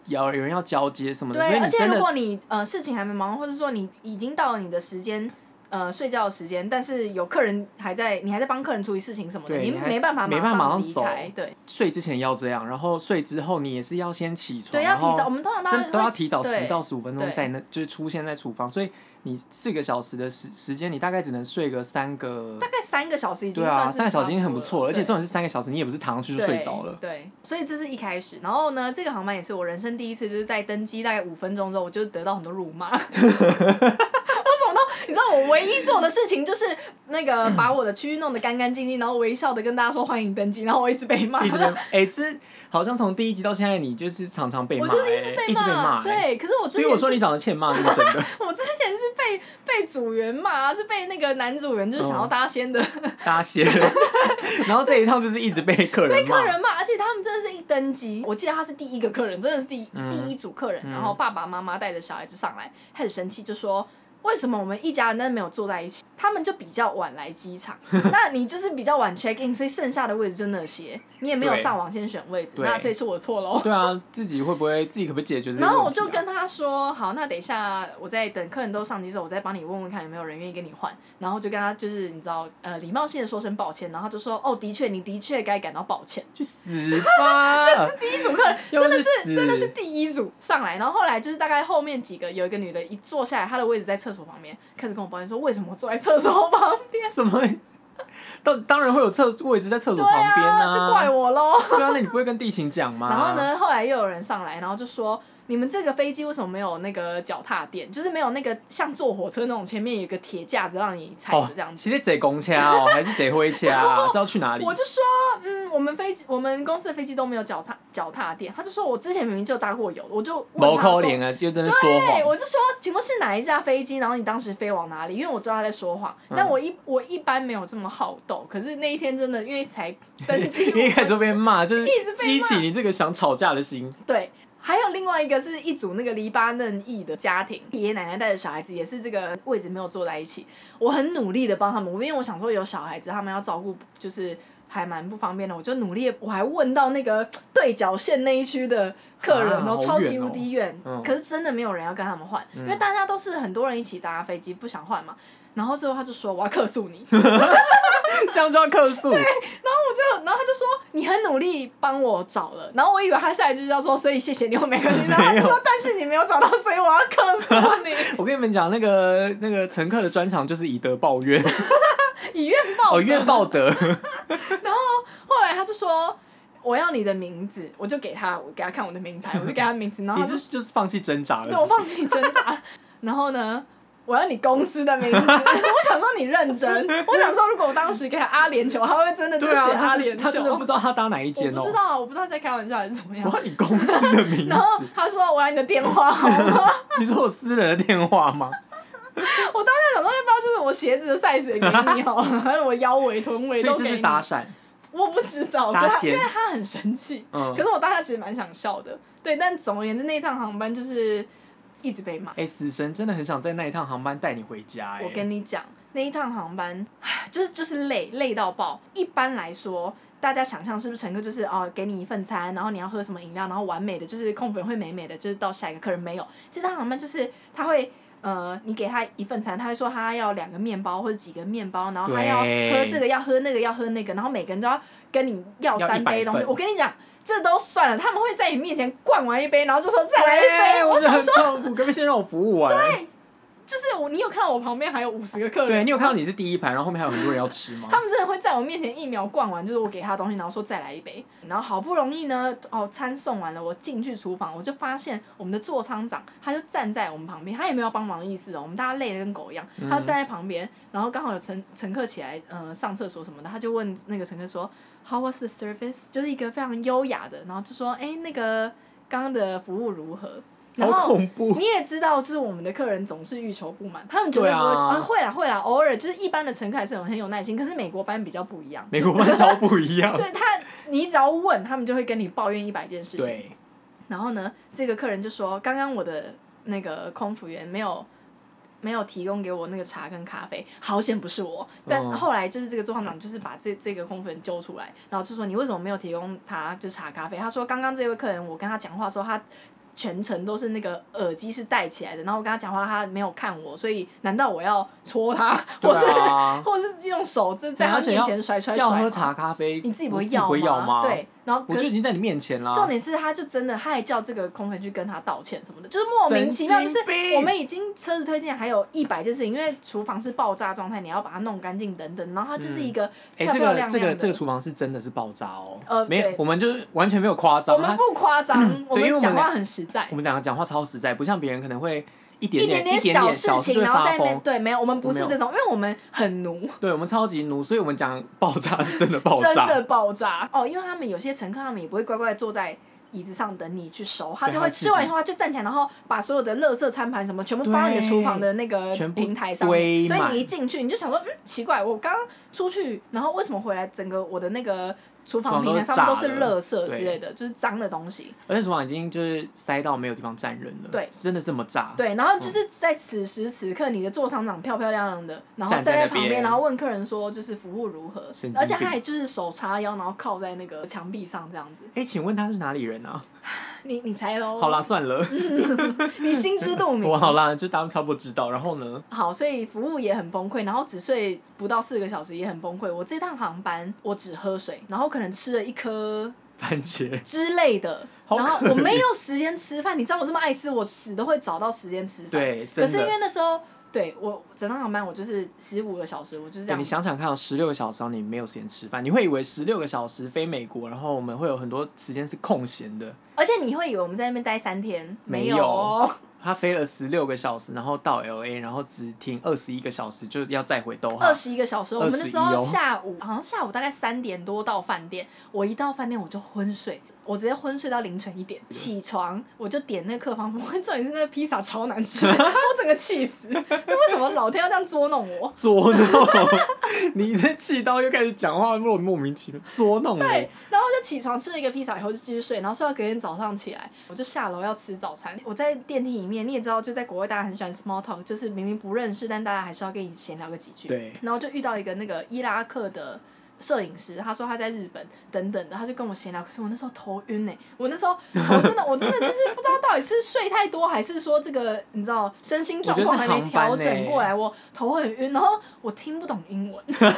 要有人要交接什么的，所
对，
以
而
你
且
真
如
的
果你呃事情还没忙完，或者说你已经到了你的时间。呃，睡觉的时间，但是有客人还在，你还在帮客人处理事情什么的，
对
你
你还
没办法
没
马
办法马上
离
走
开，对，
睡之前要这样，然后睡之后你也是要先起床，
对，要
然
提早，我
后
们通常大家
真都要
会
提早
对
十到十五分钟
对
在那就是出现在厨房，所以你四个小时的时时间，你大概只能睡个三个
大。概三个小时已经
对
算
啊，
是
三个小时已经很不错了，而且
种
重点是三个小时你也不是躺上去就睡着了。
对，对所以这是一开始。然后呢，这个航班也是我人生第一次，就是在登机大概五分钟之后，我就得到很多辱 骂。我什么都，你知道，我唯一做的事情就是那个把我的区域弄得干干净净，然后微笑的跟大家说欢迎登机，然后我一直被骂，
一 直被哎、这好像从第一集到现在，你就是常常被
我
骂、
就是
哎
一直被
一直被骂、哎
对，可是我之
所以
前
我说
是
你长得欠骂是真 的，
我之前是被被组员骂，是被那个男组员就是想要
嗯
搭仙的。
大家歇了。 然后这一趟就是一直被客人骂
客，人嘛，而且他们真的是一登机，我记得他是第一个客人，真的是第一、
嗯
第一组客人，
嗯
然后爸爸妈妈带着小孩子上来，他很生气，就说。为什么我们一家人但是没有坐在一起？他们就比较晚来机 场，那你就是比较晚 check in，所以剩下的位置就那些，你也没有
对
上网先选位置，
对
那所以是我错喽。
对啊，自己会不会自己可不可以解决这个、 啊
然后我就跟，他说，好，那等一下我在等客人都上机之后，我再帮你问问看有没有人愿意跟你换。然后就跟他就是你知道，呃，礼貌性的说声抱歉，然后他就说，哦，的确，你的确该感到抱歉。
去死 吧！
第一组客人
要
真
不
的
就是死
真的是第一组上来，然后后来就是大概后面几个有一个女的一坐下来，她的位置在厕所旁边，开始跟我抱怨说为什么我坐在厕所旁边，
什么？当当然会有厕位置在厕 所
对
旁边啊
啊，就怪我喽。
对啊，那你不会跟地勤讲 吗？
然后？呢，后来又有人上来，然后就说你们这个飞机为什么没有那个脚踏垫，就是没有那个像坐火车那种前面有一个铁架子让你踩
哦
着这样，子。
其实贼公车哦，还是贼灰车啊？是要去哪里？
我就说，嗯，我们飞机我们公司的飞机都没有脚踏脚踏垫，他就说我之前明明就搭过油，我就
毛
问他
扣
说，
脸啊，又在那说
对，
谎。
我就说请问是哪一架飞机？然后你当时飞往哪里？因为我知道他在说谎，
嗯
但我一我一般没有这么好斗，可是那一天真的因为才登记
你一开始就 被骂，就是
一直被
激起
骂
你这个想吵架的心。
对，还有另外一个是一组那个黎巴嫩裔的家庭，爷爷奶奶带着小孩子，也是这个位置没有坐在一起。我很努力的帮他们，因为我想说有小孩子，他们要照顾就是还蛮不方便的，我就努力地，我还问到那个对角线那一区的客人
啊
哦，
好
超级
远哦
无敌远，
嗯
可是真的没有人要跟他们换，因为大家都是很多人一起搭飞机，不想换嘛。然后最后他就说我要客诉你，
这样就要客诉，
然后他就说你很努力帮我找了，然后我以为他下一句就要说所以谢谢你我没关系， 然后他就说但是你没有找到，所以我要克诉你，
我跟你们讲，那个那个乘客的专长就是以德报怨，
以怨报
哦，
德。
怨 报德。
后来他就说我要你的名字，我就给他，我给他看我的名牌，我就给他名字，然后
你
他就是
就是放弃挣扎了
对我放弃挣扎， 然后呢？我要你公司的名字，我想说你认真，我想说如果我当时给他阿联酋，他会真的就
对
写
啊，
阿
他是
联
他
酋。
真的不知道他搭哪一间
我
哦
不知。道，我不知道在开玩笑还是怎么样
我。要你公司的名
然后
字，
他说我要你的电 话号码，
你说我私人的电话吗？
我当时想说，要不要就是我鞋子的 size 也给你好了， 还有我腰围、臀
所
围
以
都
这
给
是
你。
搭讪，
我不知道，
搭
可是他
线
因为他很生气，
嗯
可是我当下其实蛮想笑的。对，但总而言之，那一趟航班就是一直被骂。
哎、死神真的很想在那一趟航班带你回家、哎，
我跟你讲，那一趟航班，唉就是就是累，累到爆。一般来说，大家想象是不是乘客就是哦，给你一份餐，然后你要喝什么饮料，然后完美的就是空服员会美美的，就是到下一个客人没有。这趟航班就是他会。呃，你给他一份餐，他会说他要两个面包或者几个面包，然后他要
对
喝这个要喝那个要喝那个，然后每个人都要跟你要
要
三杯
100
东西。
份
我跟你讲，这都算了，他们会在你面前灌完一杯，然后就说再来一杯。
对，
我
哎我
想
很
说，
痛苦，可不可以先让我服务完？
就是我，你有看到我旁边还有五十个客人，
对，你有看到你是第一排，然后后面还有很多人要吃吗？
他们真的会在我面前一秒逛完，就是我给他东西，然后说再来一杯。然后好不容易呢，哦，餐送完了，我进去厨房，我就发现我们的座舱长他就站在我们旁边，他也没有帮忙的意思哦，我们大家累得跟狗一样，
嗯
他就站在旁边，然后刚好有乘乘客起来，呃，上厕所什么的，他就问那个乘客说，How was the service？就是一个非常优雅的，然后就说，哎，那个刚刚的服务如何？然
好
后
恐怖，
你也知道，就是我们的客人总是欲求不满，他们绝对
对啊
不会说啊会啦会啦，偶尔就是一般的乘客还是很很有耐心，可是美国班比较不一 样，
美国班超不一样。
对他，你只要问他们就会跟你抱怨一百件事情。
对，
然后呢，这个客人就说，刚刚我的那个空服员没有。没有提供给我那个茶跟咖啡，好险不是我。但
嗯
后来就是这个座舱长就是把这这个空服员揪出来，然后就说你为什么没有提供他就是茶咖啡？他说刚刚这位客人我跟他讲话的时候，他全程都是那个耳机是戴起来的，然后我跟他讲话他没有看我，所以难道我要戳他，
对
或是、
啊，
或是用手在在他
而且
面
要
前甩甩甩
要
吗？
喝茶咖啡，
你自己不
我
会要
不会要吗？
对，，然后可
我就已经在你面前啦。
重点是，他就真的，他还叫这个空服员去跟他道歉什么的，就是莫名其妙，就
神
是
经病
我们已经车子推进，还有一百件事情，因为厨房是爆炸状态，你要把它弄干净等等，然后他就是一个
哎、
漂
这
漂
个
亮
这
亮
个
的。
这个厨房是真的是爆炸哦，
呃
没有
对，
我们就是完全没有夸张，
我们
他
不夸张，我
嗯因为我
们
们
讲话
俩
很实在
我，们两个讲话超实在，不像别人可能会一点
一
点
点
一点
小
点
事
小事
情，
就会
然后在
发
那边
疯。
对，没有，我们不
我
是
没有
这种，因为我们很奴，
对，我们超级奴，所以我们讲爆炸是真的爆
真
炸，
的爆炸哦，因为他们有些乘客，他们也不会乖乖坐在。椅子上等你去收，他就
对他
会
会自
吃完
己
以后，他就站起来，然后把所有的垃圾餐盘什么全部放到你的
对
厨房的那个
全部
平台上面，
堆
所以
满
你一进去你就想说，嗯，奇怪，我刚刚出去，然后为什么回来，整个我的那个厨房
厨房
平
都
台上都是
炸
垃
了
圾
对
之类的，就是脏的东西。
而且厨房已经就是塞到没有地方站人了，
对
真的这么炸，
对，然后就是在此时此刻，你的座舱长漂漂亮亮的，然后
站
站在
在那
旁边，
边
然后问客人说，就是服务如何
神，经
而且
病
他还就是手叉腰，然后靠在那个墙壁上这样子。
哎、请问他是哪里人啊？
你你猜喽。
好啦，，算了，
嗯你心知肚明。
我好啦，就当差不多知道。然后呢，
好，所以服务也很崩溃，然后只睡不到四个小时也很崩溃。我这趟航班我只喝水，然后可能吃了一颗
番茄，
之类的，
好
然后
可
我没有时间吃饭。你知道我这么爱吃，我死都会找到时间吃饭。，
对，真
可
的。
是因为那时候。对我整趟航班，我就是十五个小时，我就是这
对
样
你。想想看、哦，十六个小时哦你没有时间吃饭，你会以为十六个小时飞美国，然后我们会有很多时间是空闲的，
而且你会以为我们在那边待三天，
没
有哦，
他飞了十六个小时，然后到 L A，然后只停二十一个小时，就要再回都哈
二。十一个小时，我们那时
21
候
哦
下午好像下午大概三点多到饭店，我一到饭店我就昏睡，我直接昏睡到凌晨一点，起床我就点那个客房 服务，重点是那个披萨超难吃， 我整个气死。 那为什么老天要这样捉弄我？
捉弄，你这气到又开始讲话，莫莫名其妙捉弄欸我。
对，然后就起床吃了一个披萨以后就继续睡，然后睡到隔天早上起来，我就下楼要吃早餐。我在电梯里面，你也知道，就在国外大家很喜欢 small talk，就是明明不认识，但大家还是要跟你闲聊个几句。
对
然后就遇到一个那个伊拉克的摄影师，他说他在日本等等的，他就跟我闲聊。可是我那时候头晕呢、欸我那时候头真的，我真的就是不知道到底是睡太多，还是说这个你知道身心状况还没调整过来，我头很晕，然后我听不懂英文。 我是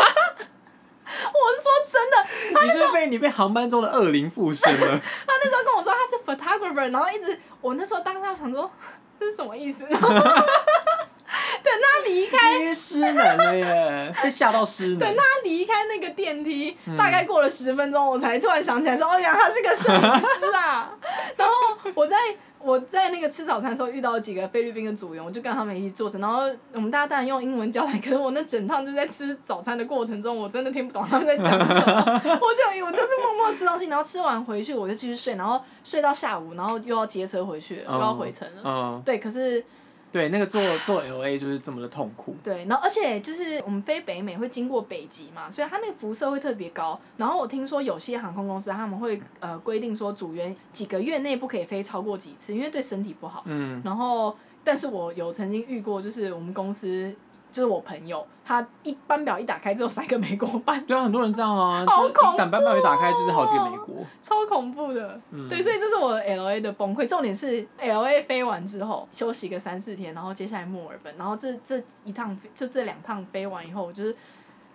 说真的，
你是被你被航班中的恶灵附身了，
他那时候跟我说他是 photographer，然后一直我那时候当下想说 这是什么意思， 然后等他离开。
你失能了耶， 被吓到失能
等。他离开那个电梯，大概过了十分钟，我才突然想起来说，哦，原来他是个摄影师啊！ 然后我在我在那个吃早餐的时候遇到了几个菲律宾的组员，我就跟他们一起坐着，然后我们大家当然用英文交谈，可是我那整趟就在吃早餐的过程中，我真的听不懂他们在讲什么，我就我就是默默吃东西，然后吃完回去我就继续睡，然后睡到下午，然后又要接车回去了，又要回程了。
嗯，
对，可是
对，那个坐坐 L A 就是这么的痛苦。
对，然后而且就是我们飞北美会经过北极嘛，所以它那个辐射会特别高。然后我听说有些航空公司他们会呃规定说组员几个月内不可以飞超过几次，因为对身体不好。
嗯，
然后，但是我有曾经遇过，就是我们公司就是我朋友，他一班表一打开只有三个美国 班，
对啊，很多人这样啊，
好
就是
恐
一胆半半一打开就是好几个美国。
超恐怖的。
嗯，
对，所以这是我 L A 的崩溃。重点是 L A 飞完之后休息个三四天，然后接下来墨尔本，然后这这一趟飞就这两趟飞完以后，我就是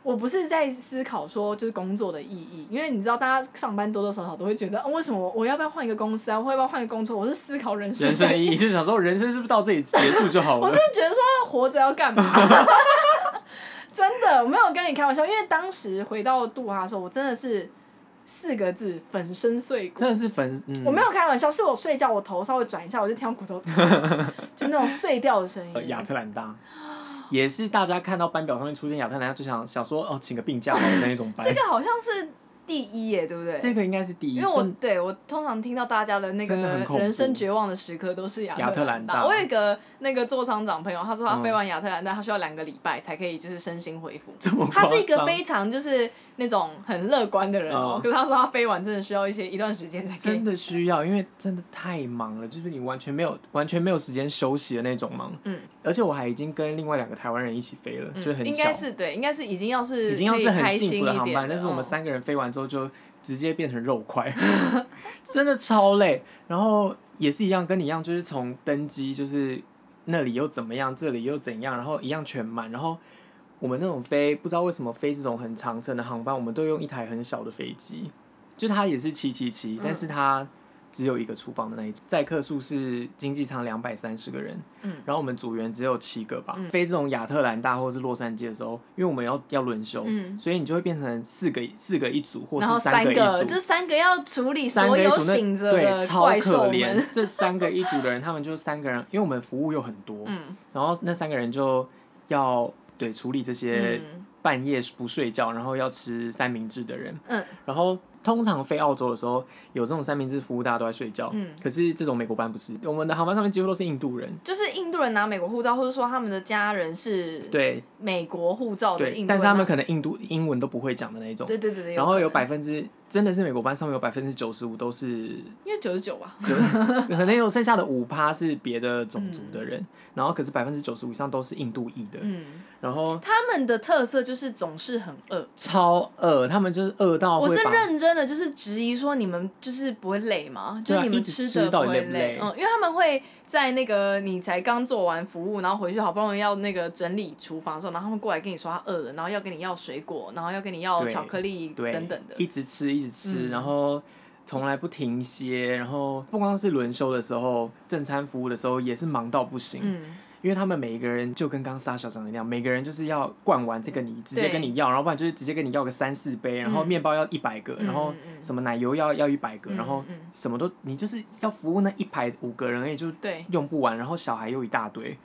我不是在思考说就是工作的意义，因为你知道大家上班多多少少都会觉得，哦、为什么我我要不要换一个公司啊，我要不要换个工作？我是思考人生
人生的意义就是想说，人生是不是到这里结束就好
我
了
就？觉得说活着要干嘛？ 真的，我没有跟你开玩笑，因为当时回到杜哈的时候，我真的是四个字粉身碎骨。
真的是粉，嗯，
我没有开玩笑，是我睡觉，我头稍微转一下，我就听到骨头就那种碎掉的声
呃
音
亚。特兰大，也是大家看到班表上面出现亚特兰大就想想说哦，请个病假吧的那一种班。
这个好像是第一耶，对不对？
这个应该是第一，
因为我
真
对我通常听到大家的那个
真的很恐怖
人生绝望的时刻都是亚
亚特兰
兰
大
我有一个那个做厂长朋友，他说他
嗯
飞完亚特兰大，他需要两个礼拜才可以就是身心恢复。
这么
他是一
夸
个
张
非常就是那种很乐观的人哦，
嗯
可是他说他飞完真的需要一些一段时间才可
真
以。
的需要，因为真的太忙了，就是你完全没有完全没有时间休息的那种忙。
嗯，
而且我还已经跟另外两个台湾人一起飞了，就很
应
巧
该，是对，应该是已经要是
已经要是
可以
很
开心
幸福的
一
航
点
班，但是我们
嗯
三个人飞完之后就直接变成肉块， 真的超累。然后也是一样，跟你一样，就是从登机就是那里又怎么样，这里又怎样，然后一样全满，然后。我们那种飞，不知道为什么飞这种很长程的航班，我们都用一台很小的飞机，就它也是七七
嗯
七，但是它只有一个厨房的那一种，载客数是经济舱两百三十个人，
嗯
然后我们组员只有七个吧。
嗯
飞这种亚特兰大或是洛杉矶的时候，因为我们要要轮休，
嗯
所以你就会变成四个四个一组，或
然后
是
三
个一
就
组。
是三个要处理
三
所
个一
有
组那
醒着
对
的
超
怪
可
兽
怜
们。，
这三个一组的人，他们就三个人，因为我们服务又很多，
嗯，
然后那三个人就要对处理这些
嗯
半夜不睡觉，然后要吃三明治的人。
嗯，
然后通常飞澳洲的时候，有这种三明治服务，大家都在睡觉。
嗯
可是这种美国班不是，我们的航班上面几乎都是印度人。
就是印度人拿美国护照，或者说他们的家人是
对
美国护照的哦
对
印，度人，啊
但是他们可能印度英文都不会讲的那一种。
对对对对，
然后有
可能
百分之真的是美国班上面有百分之九十五都是
因为九十九吧，
就可能有剩下的五趴是别的种族的人，然后可是百分之九十五以上都是印度裔的，
嗯，
然后
他们的特色就是总是很饿。
超饿，他们就是饿到
我
会
是
把
认真的，就是质疑说你们就是不会累吗？
对
就
啊
你们
一直吃
的不
到底
会
累不累
嗯，因为他们会在那个你才刚做完服务，然后回去好不容易要那个整理厨房的时候，然后他们过来跟你说他饿了，然后要跟你要水果，然后要跟你要
对
巧克力
对
等等的。
一直吃一直吃，
嗯
然后从来不停歇，然后不光是轮休的时候，正餐服务的时候也是忙到不行，
嗯，
因为他们每一个人就跟刚刚 Sasha 讲的一样，每个人就是要灌完这个你直接
对
跟你要，然后不然就是直接跟你要个三四杯，然后
嗯
面包要一百个，
嗯
然后
嗯嗯
什么奶油要要一百个，然后
嗯嗯
什么都你就是要服务那一排五个人，而已，就
对，
用不完，然后小孩又一大堆。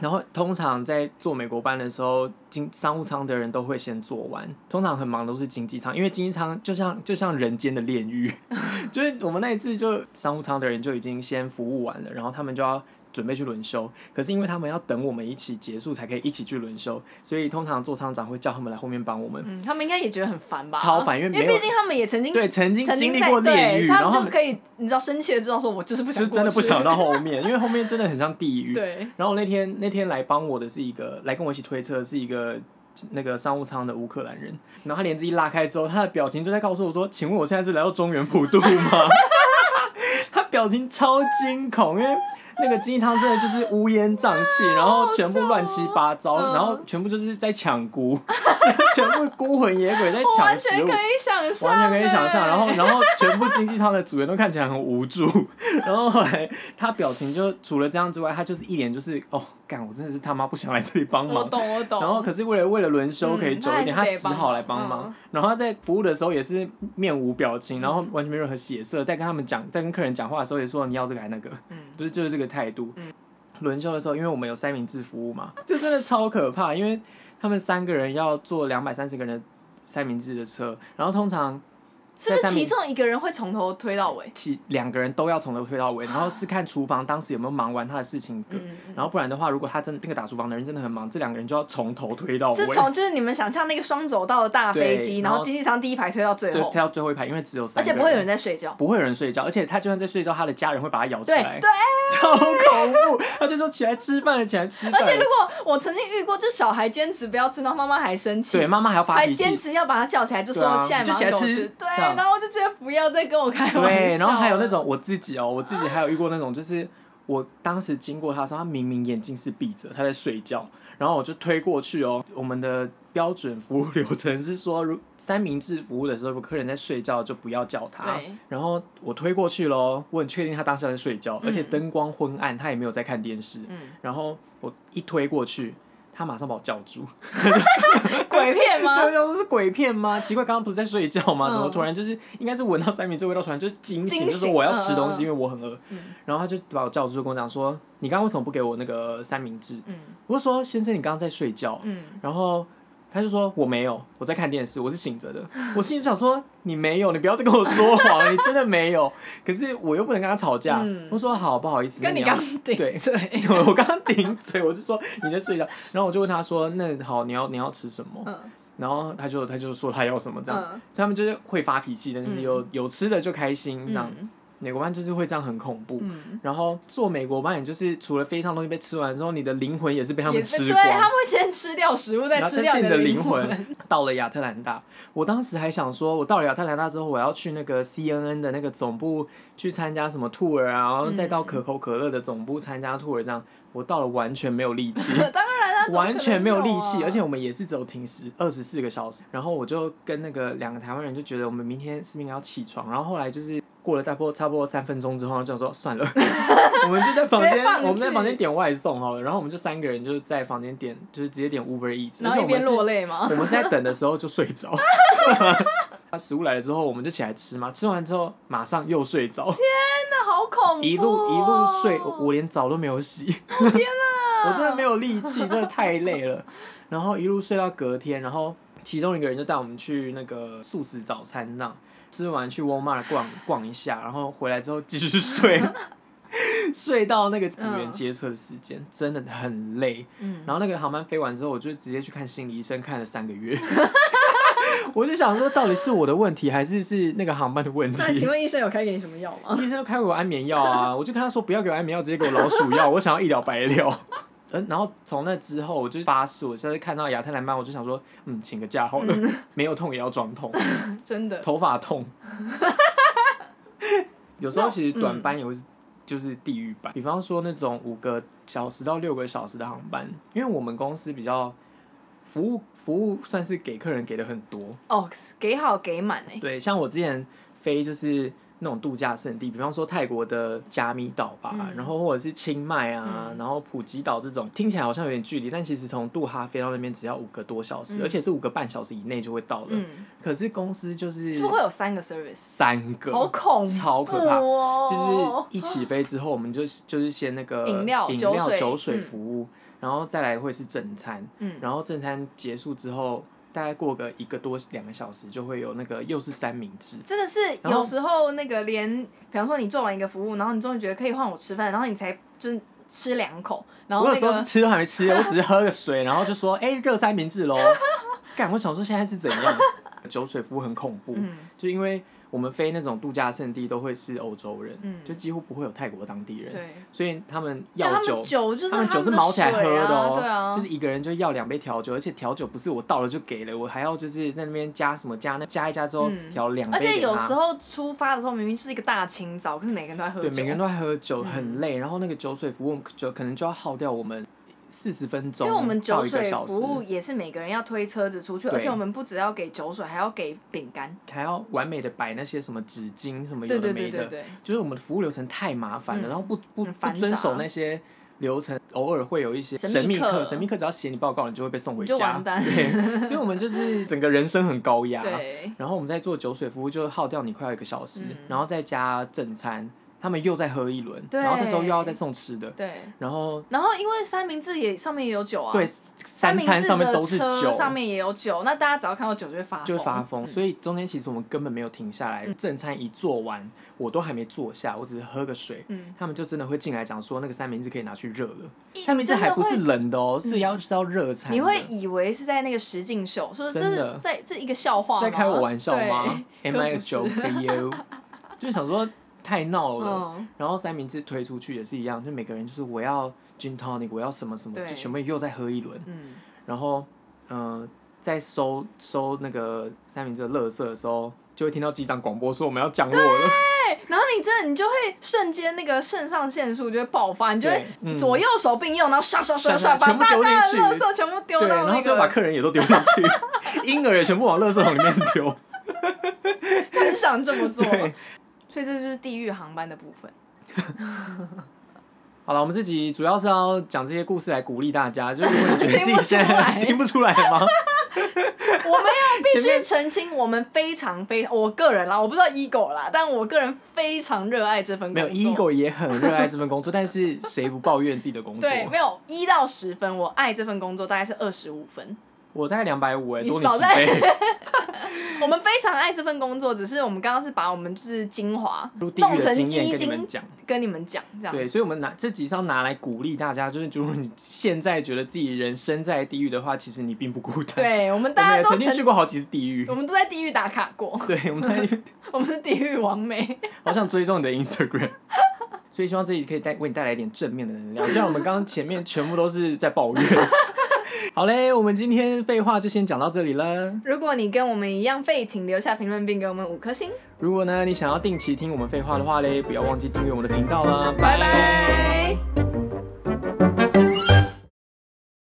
然后通常在做美国班的时候，经商务舱的人都会先做完。通常很忙都是经济舱，因为经济舱就像就像人间的 炼狱，就是我们那一次就商务舱的人就已经先服务完了，然后他们就要准备去轮休。可是因为他们要等我们一起结束才可以一起去轮休，所以通常座舱长会叫他们来后面帮我们。
嗯，他们应该也觉得很烦吧？
超烦因为没有
毕竟他们也曾经
对，曾经
曾
经
经
历
在
过炼
对，所
狱，
以
然
他
后他
们就
们
可以你知道深切的知道说，我就是不想
就真的不
过去
想到后面，因为后面真的很像地狱。
对，
然后那天那天来帮我的是一个来跟我一起推车的是一个那个商务舱的乌克兰人，然后他帘子一拉开之后，他的表情就在告诉我说：“请问我现在是来到中原普渡吗？” 他表情超惊恐，因为那个经济舱真的就是乌烟瘴气，然后全部乱七八糟，
嗯
然后全部就是在抢菇， 全部孤魂野鬼在
我
抢
完
食
全
物
可。以想象，
完全可以想象。
欸
然后， 然后全部经济舱的组员都看起来很无助。然后后来他表情就除了这样之外，他就是一脸就是哦，干，我真的是他妈不想来这里帮
我
忙。
懂我懂，
然后可是为了为了轮休可以久一点，
嗯
他
他还是得
只好来帮
帮
忙。
忙嗯嗯
然后他在服务的时候也是面无表情，然后完全没有任何血色，在跟他们讲，在跟客人讲话的时候也说你要这个还那个，
嗯
就是就是这个态度
嗯。
轮休的时候，因为我们有三明治服务嘛，就真的超可怕，因为他们三个人要坐两百三十个人的三明治的车，然后通常
是不
在
是
上面
其中一个人会从头推到尾？
起两个人都要从头推到尾，然后是看厨房当时有没有忙完他的事情，
嗯嗯
然后不然的话，如果他真那个打厨房的人真的很忙，这两个人就要从头推到
是
尾，
从就是你们想象那个双走道的大飞
哦对
机，
然
然
后
后经济舱第一排推到最
对，
后
推，到最后一排，因为只有三
而
个
且
人，
不会有人在睡觉。
不会有人睡觉，而且他就算在睡觉，他的家人会把他咬起
对
来，
对，
超恐怖，他就说起来吃饭了，起来吃饭
而且如
了，
果我曾经遇过，就小孩坚持不要吃，然后妈妈还生气
对，妈妈还要发
还
脾气
坚。持要把他叫起来，就
对
说
啊
现
就
在
起
马
来
上给我
吃
吃。对，
这样
然后我就觉得不要再跟我开玩笑了。
对，然后还有那种我自己哦，我自己还有遇过那种，就是我当时经过他的时候，他明明眼睛是闭着，他在睡觉，然后我就推过去哦。我们的标准服务流程是说，如三明治服务的时候，如果客人在睡觉就不要叫他
对。
然后我推过去喽，我很确定他当时在睡觉，而且灯光昏暗，他也没有在看电视。
嗯
然后我一推过去，他马上把我叫住。
鬼片吗？
对，这是鬼片吗？奇怪，刚刚不是在睡觉吗？
嗯
怎么突然就是应该是闻到三明治味道，突然就惊
惊
醒，
醒
就说我要吃东
嗯
西，
嗯嗯
因为我很饿
嗯。
然后他就把我叫住，就跟我讲说：“你刚刚为什么不给我那个三明治
嗯？”
我就说：“先生，你刚刚在睡觉。
嗯，”
然后他就说：“我没有，我在看电视，我是醒着的。” 我心里想说：“你没有，你不要再跟我说谎，你真的没有。” 可是我又不能跟他吵架
嗯。
我说：“好，不好意思，
跟
那
你
你
刚
要
顶
对
嘴。
对， 我刚刚顶嘴，我就说你在睡觉，然后我就问他说：“那好，你要你要吃什么？”
嗯
然后他就他就说他要什么这样，所
嗯
以他们就是会发脾气，但是有、有吃的就开心这样。
嗯
美国班就是会这样很恐怖。
嗯，
然后做美国班，你就是除了非常东西被吃完之后，你的灵魂也是被他们
也是
吃
对，
光，
他们会先吃掉食物，再
然后
吃
这
掉
是你
的
灵
魂。。
到了亚特兰大，我当时还想说，我到了亚特兰大之后，我要去那个 CNN 的那个总部去参加什么 tour 啊，然后再
嗯
到可口可乐的总部参加 tour 这样。我到了完全没有力气，
当然啊啦，怎么
完全没有力
可
气，
能有啊
而且我们也是只有停十二十四个小时。然后我就跟那个两个台湾人就觉得我们明天是不是应该要起床？然后后来就是过了大波差不多三分钟之后，然后就想说算了， 我们就在房
直
间
接放，弃
我们在房间点外送好了。然后我们就三个人就在房间点，就是直接点 Uber Eats，
然
而
后一
且我们
边
是
落泪吗？
我们是在等的时候就睡 着。 他食物来了之后，我们就起来吃嘛，吃完之后马上又睡着，
那好恐怖、哦！
一路一路睡，我我连澡都没有洗。我真的没有力气，真的太累了。然后一路睡到隔天，然后其中一个人就带我们去那个素食早餐那样，吃完去 Walmart 逛逛一下，然后回来之后继续 睡，睡到那个组员接车的时间，真的很累。
嗯
然后那个航班飞完之后，我就直接去看心理医生，看了三 个月。 我就想说，到底是我的问题，还是是那个航班的问题？
那请问医生有开给你什么药吗？
医生就开给我安眠药啊，我就跟他说不要给我安眠药，直接给我老鼠药，我想要一了百了。 呃，然后从那之后，我就发誓，我下次看到亚特兰曼，我就想说，嗯，请个假好了， 没有痛也要装痛，
真的，
头发痛。 有时候其实短班也会是就是地狱班，比方说那种五个小时到六个小时的航班，因为我们公司比较服务服务算是给客人给的很多，
哦，给好给满哎、
对，像我之前飞就是那种度假胜地，比方说泰国的加米岛吧，
嗯
然后或者是清迈啊，
嗯
然后普吉岛这种，听起来好像有点距离，但其实从杜哈飞到那边只要五个多小时，
嗯
而且是五个半小时以内就会到了。
嗯，
可是公司就是
是不是会有三个 service？
三个，
好恐怖、哦，
超可怕就是一起飞之后，我们就就是先那 个
饮料
饮
酒
料、
水
酒水
嗯
服务，然后再来会是正餐，
嗯，
然后正餐结束之后，大概过个一个多两个小时，就会有那个又是三明治。
真的是
然后
有时候那个连，比方说你做完一个服务，然后你终于觉得可以换我吃饭，然后你才就是吃两口，然后
我
哦
有
那
时候
个
是吃都还没吃，我只是喝个水，然后就说：“哎、热三明治喽！”干，我想说现在是怎样？酒水服务很恐怖，
嗯
就因为我们飞那种度假胜地都会是欧洲人，
嗯
就几乎不会有泰国当地人，
对，
所以他们
因为
要
他
酒
们。酒就是
他们酒是
的
毛起来喝
水
的
啊
哦、
对啊，
就是一个人就要两杯调酒，而且调酒不是我倒了就给了，我还要就是在那边加什么加那加一加之后
嗯
调两杯
而
给他、
且有时候出发的时候明明就是一个大清早，可是每个人都在喝酒，
对，每个人都在喝酒，
嗯
很累。然后那个酒水服务就可能就要耗掉我们四十分钟，
因为我们酒
到一个
水
小时，
服务也是每个人要推车子出去，
对
而且我们不只要给酒水，还要给饼干。
还要完美的摆那些什么纸巾什么有
对
的
对
没
对
的，
对对，
就是我们的服务流程太麻烦了，
嗯
然后不不
很
不
繁杂
遵守那些流程，偶尔会有一些
神秘
秘
客
客，神秘客只要写你报告，你就会被送回
你
家，
就完蛋
对，所以我 们就是整个人生很高压。
对，
然后我们在做酒水服务，就耗掉你快要一个小时，
嗯
然后再加正餐，他们又再喝一轮，
对
然后这时候又要再送吃的，
对。
然后
然后因为三明治也上面也有酒啊，
对，
三
三
明
餐
治
上面
的
都是
车
酒，
上面也有酒，那大家只要看到酒就会发
就会发疯，
嗯
所以中间其实我们根本没有停下来。正餐一做完，我都还没坐下，我只是喝个水，
嗯
他们就真的会进来讲说那个三明治可以拿去热了，
一
三明治
真的
还不是
会嗯
冷的哦，是要是要热餐的。
你会以为是在那个实境秀，说这
真
是
的
在这一个笑话吗
在开我玩笑吗
对
？Am
可
I a
不是
joke to you？就 想说太闹 了。
嗯，
然后三明治推出去也是一样，就每个人就是我要 gin tonic，我要什么什么，
对
就全部又再喝一轮。
嗯，
然后，嗯、在收收那个三明治的垃圾的时候，就会听到机长广播说我们要降落了。
对，然后你真的你就会瞬间那个肾上腺素就会爆发，你就会
对嗯
左右手并用，然后刷刷刷
刷
刷
刷
把
全部
大
丢
家的
进去
垃圾全部丢
对，
到
然
那
后最后把
个
客人也都丢进去，婴儿也全部往垃圾桶里面丢。
很想这么做，
对，
所以这就是地狱航班的部分。
好了，我们这集主要是要讲这些故事来鼓励大家，就是如果你觉得自
听不
己
出
现在
来
听不出来吗？
我们要必
前面
须澄清，我们非常非我个人啦，我不知道 ego 啦，但我个人非常热爱这份
没有
工作。
，ego 也很热爱这份工作，但是谁不抱怨自己的工作？
对，没有一到十分，我爱这份工作大概是二十五分。
我大概两百五哎，
你
多你
少
十
在
倍。
我们非常爱这份工作，只是我们刚刚是把我们就是精华
入地
弄
狱
成
的经验
鸡
跟你
精
们讲。
跟你们讲，这样
对，所以，我们拿这集是要拿来鼓励大家，就是如果你现在觉得自己人生在地狱的话，其实你并不孤单。，
对，我们
我
大
们
家
也
都
曾
曾
经去过好几次地狱
我。们都在地狱打卡过，
对，我们在
我们是地狱王美。
好想追踪你的 Instagram，所以 希望这集可以带为你带来一点正面的能量。虽然我们刚刚前面全部都是在抱怨。 好嘞，我们今天废话就先讲到这里了。
如果你跟我们一样废，请留下评论并给我们五颗星，
如果呢你想要定期听我们废话的话嘞，不要忘记订阅我们的频道啦，
拜拜